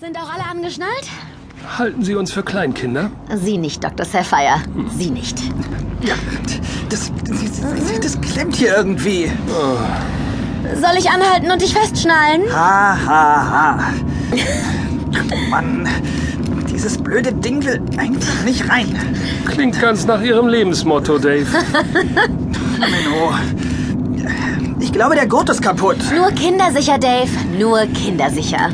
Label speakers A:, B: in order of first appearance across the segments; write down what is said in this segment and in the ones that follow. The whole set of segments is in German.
A: Sind auch alle angeschnallt?
B: Halten Sie uns für Kleinkinder?
A: Sie nicht, Dr. Sapphire. Sie nicht.
C: Ja, das, das, das klemmt hier irgendwie.
A: Soll ich anhalten und dich festschnallen?
C: Ha, ha, ha. Mann, dieses blöde Ding will einfach nicht rein.
B: Klingt ganz nach Ihrem Lebensmotto, Dave.
C: Menno. Ich glaube, der Gurt ist kaputt.
A: Nur kindersicher, Dave. Nur kindersicher.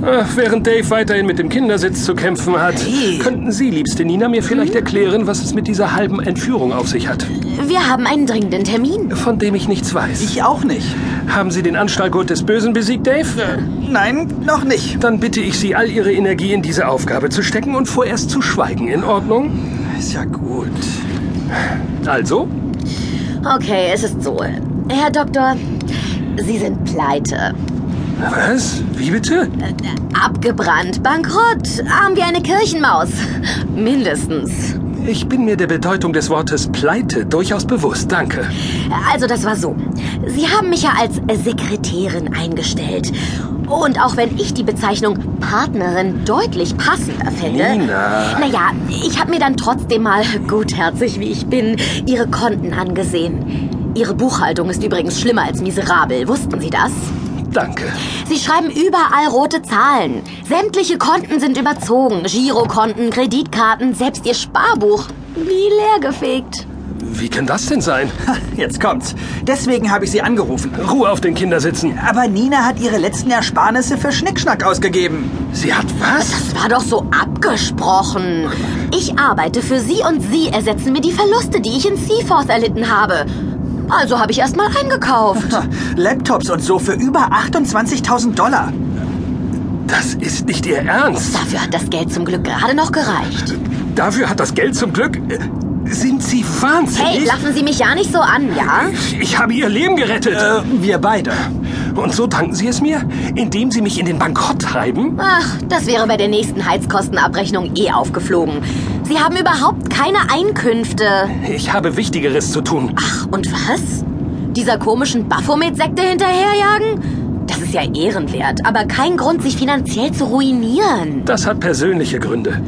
B: Äh, während Dave weiterhin mit dem Kindersitz zu kämpfen hat,
C: Hey. Hm?
B: könnten Sie, liebste Nina, mir vielleicht erklären, was es mit dieser halben Entführung auf sich hat,
A: Wir haben einen dringenden Termin.
B: von dem ich nichts weiß.
C: Ich auch nicht.
B: Haben Sie den Anstallgurt des Bösen besiegt, Dave?
C: Nein, noch nicht.
B: Dann bitte ich Sie, all Ihre Energie in diese Aufgabe zu stecken und vorerst zu schweigen, in Ordnung?
C: Ist ja gut.
B: Also,
A: Okay, es ist so. Herr Doktor, Sie sind pleite.
B: was? Wie bitte?
A: Abgebrannt, bankrott, arm wie eine Kirchenmaus. Mindestens.
B: Ich bin mir der Bedeutung des Wortes Pleite durchaus bewusst, danke.
A: Also das war so. Sie haben mich ja als Sekretärin eingestellt. Und auch wenn ich die Bezeichnung Partnerin deutlich passender finde.
B: Nina.
A: Naja, ich habe mir dann trotzdem mal, gutherzig wie ich bin, Ihre Konten angesehen. Ihre Buchhaltung ist übrigens schlimmer als miserabel. Wussten Sie das?
B: Danke.
A: Sie schreiben überall rote Zahlen. Sämtliche Konten sind überzogen. Girokonten, Kreditkarten, selbst Ihr Sparbuch. Wie leergefegt.
B: Wie kann das denn sein?
C: Ha, Jetzt kommt's. Deswegen habe ich sie angerufen.
B: Ruhe auf den Kindersitzen.
C: Aber Nina hat ihre letzten Ersparnisse für Schnickschnack ausgegeben.
B: Sie hat was?
A: Das war doch so abgesprochen. Ich arbeite für Sie und Sie ersetzen mir die Verluste, die ich in Seaforth erlitten habe. Also habe ich erst mal eingekauft.
C: Ha, Laptops und so für über 28.000 Dollar.
B: Das ist nicht Ihr Ernst.
A: Dafür hat das Geld zum Glück gerade noch gereicht.
B: Dafür hat das Geld zum Glück. äh, Sind Sie
A: Hey,
B: wahnsinnig?
A: lachen Sie mich ja nicht so an, ja?
B: ich habe Ihr Leben gerettet.
C: Äh, wir beide.
B: Und so danken Sie es mir, indem Sie mich in den Bankrott treiben?
A: Ach, das wäre bei der nächsten Heizkostenabrechnung eh aufgeflogen. Sie haben überhaupt keine Einkünfte.
B: Ich habe Wichtigeres zu tun.
A: Ach, und was? Dieser komischen Baphomet-Sekte hinterherjagen? Das ist ja ehrenwert, aber kein Grund, sich finanziell zu ruinieren.
B: Das hat persönliche Gründe.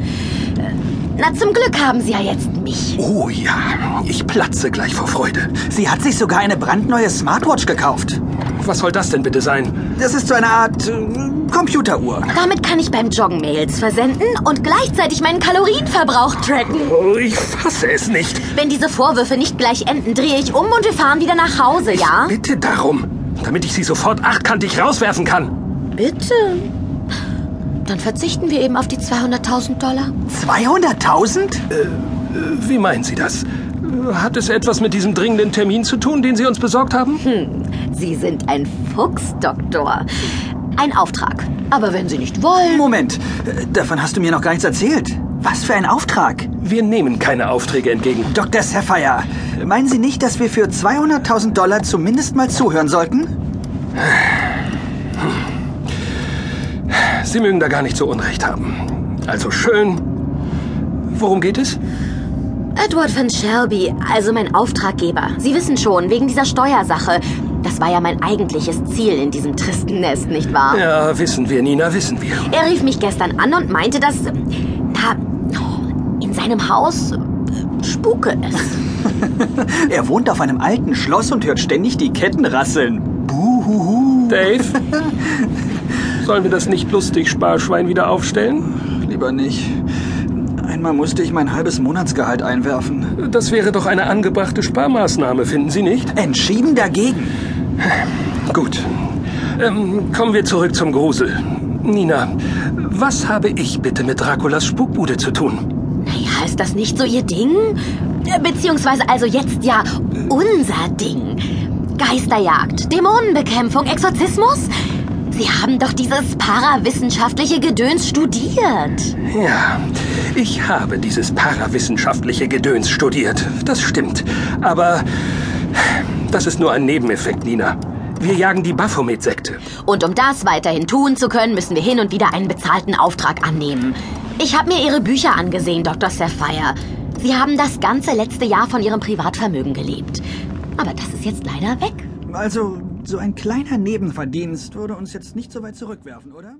A: Na, zum Glück haben Sie ja jetzt mich.
B: Oh ja, ich platze gleich vor Freude.
C: Sie hat sich sogar eine brandneue Smartwatch gekauft.
B: Was soll das denn bitte sein?
C: Das ist so eine Art äh, Computeruhr.
A: Damit kann ich beim Joggen Mails versenden und gleichzeitig meinen Kalorienverbrauch tracken.
B: Oh, ich fasse es nicht.
A: Wenn diese Vorwürfe nicht gleich enden, drehe ich um und wir fahren wieder nach Hause, ja?
B: Bitte darum, damit ich Sie sofort achtkantig rauswerfen kann.
A: Bitte. Dann verzichten wir eben auf die 200.000 Dollar.
C: 200.000?
B: Wie meinen Sie das? Hat es etwas mit diesem dringenden Termin zu tun, den Sie uns besorgt haben?
A: Sie sind ein Fuchs, Doktor. Ein Auftrag. Aber wenn Sie nicht wollen.
C: Moment, äh, davon hast du mir noch gar nichts erzählt. Was für ein Auftrag.
B: Wir nehmen keine Aufträge entgegen.
C: Dr. Sapphire, meinen Sie nicht, dass wir für 200.000 Dollar zumindest mal zuhören sollten?
B: Sie mögen da gar nicht so unrecht haben. Also schön. Worum geht es?
A: Edward von Shelby, also mein Auftraggeber. Sie wissen schon, wegen dieser Steuersache. Das war ja mein eigentliches Ziel in diesem tristen Nest, nicht wahr?
B: Ja, wissen wir, Nina, wissen wir.
A: Er rief mich gestern an und meinte, dass da in seinem Haus äh, spuke es.
C: Er wohnt auf einem alten Schloss und hört ständig die Ketten rasseln. Buhuhu.
B: Dave? Sollen wir das nicht lustig Sparschwein wieder aufstellen?
C: Lieber nicht. Einmal musste ich mein halbes Monatsgehalt einwerfen.
B: Das wäre doch eine angebrachte Sparmaßnahme, finden Sie nicht?
C: Entschieden dagegen.
B: Gut. Ähm, kommen wir zurück zum Grusel. Nina, was habe ich bitte mit Draculas Spukbude zu tun?
A: Naja, ist das nicht so ihr Ding? Beziehungsweise also jetzt ja unser Ding. Geisterjagd, Dämonenbekämpfung, Exorzismus. Sie haben doch dieses parawissenschaftliche Gedöns studiert.
B: Ja, ich habe dieses parawissenschaftliche Gedöns studiert. Das stimmt. Aber das ist nur ein Nebeneffekt, Nina. Wir jagen die Baphomet-Sekte.
A: Und um das weiterhin tun zu können, müssen wir hin und wieder einen bezahlten Auftrag annehmen. Ich habe mir Ihre Bücher angesehen, Dr. Sapphire. Sie haben das ganze letzte Jahr von Ihrem Privatvermögen gelebt. Aber das ist jetzt leider weg.
C: Also, so ein kleiner Nebenverdienst würde uns jetzt nicht so weit zurückwerfen, oder?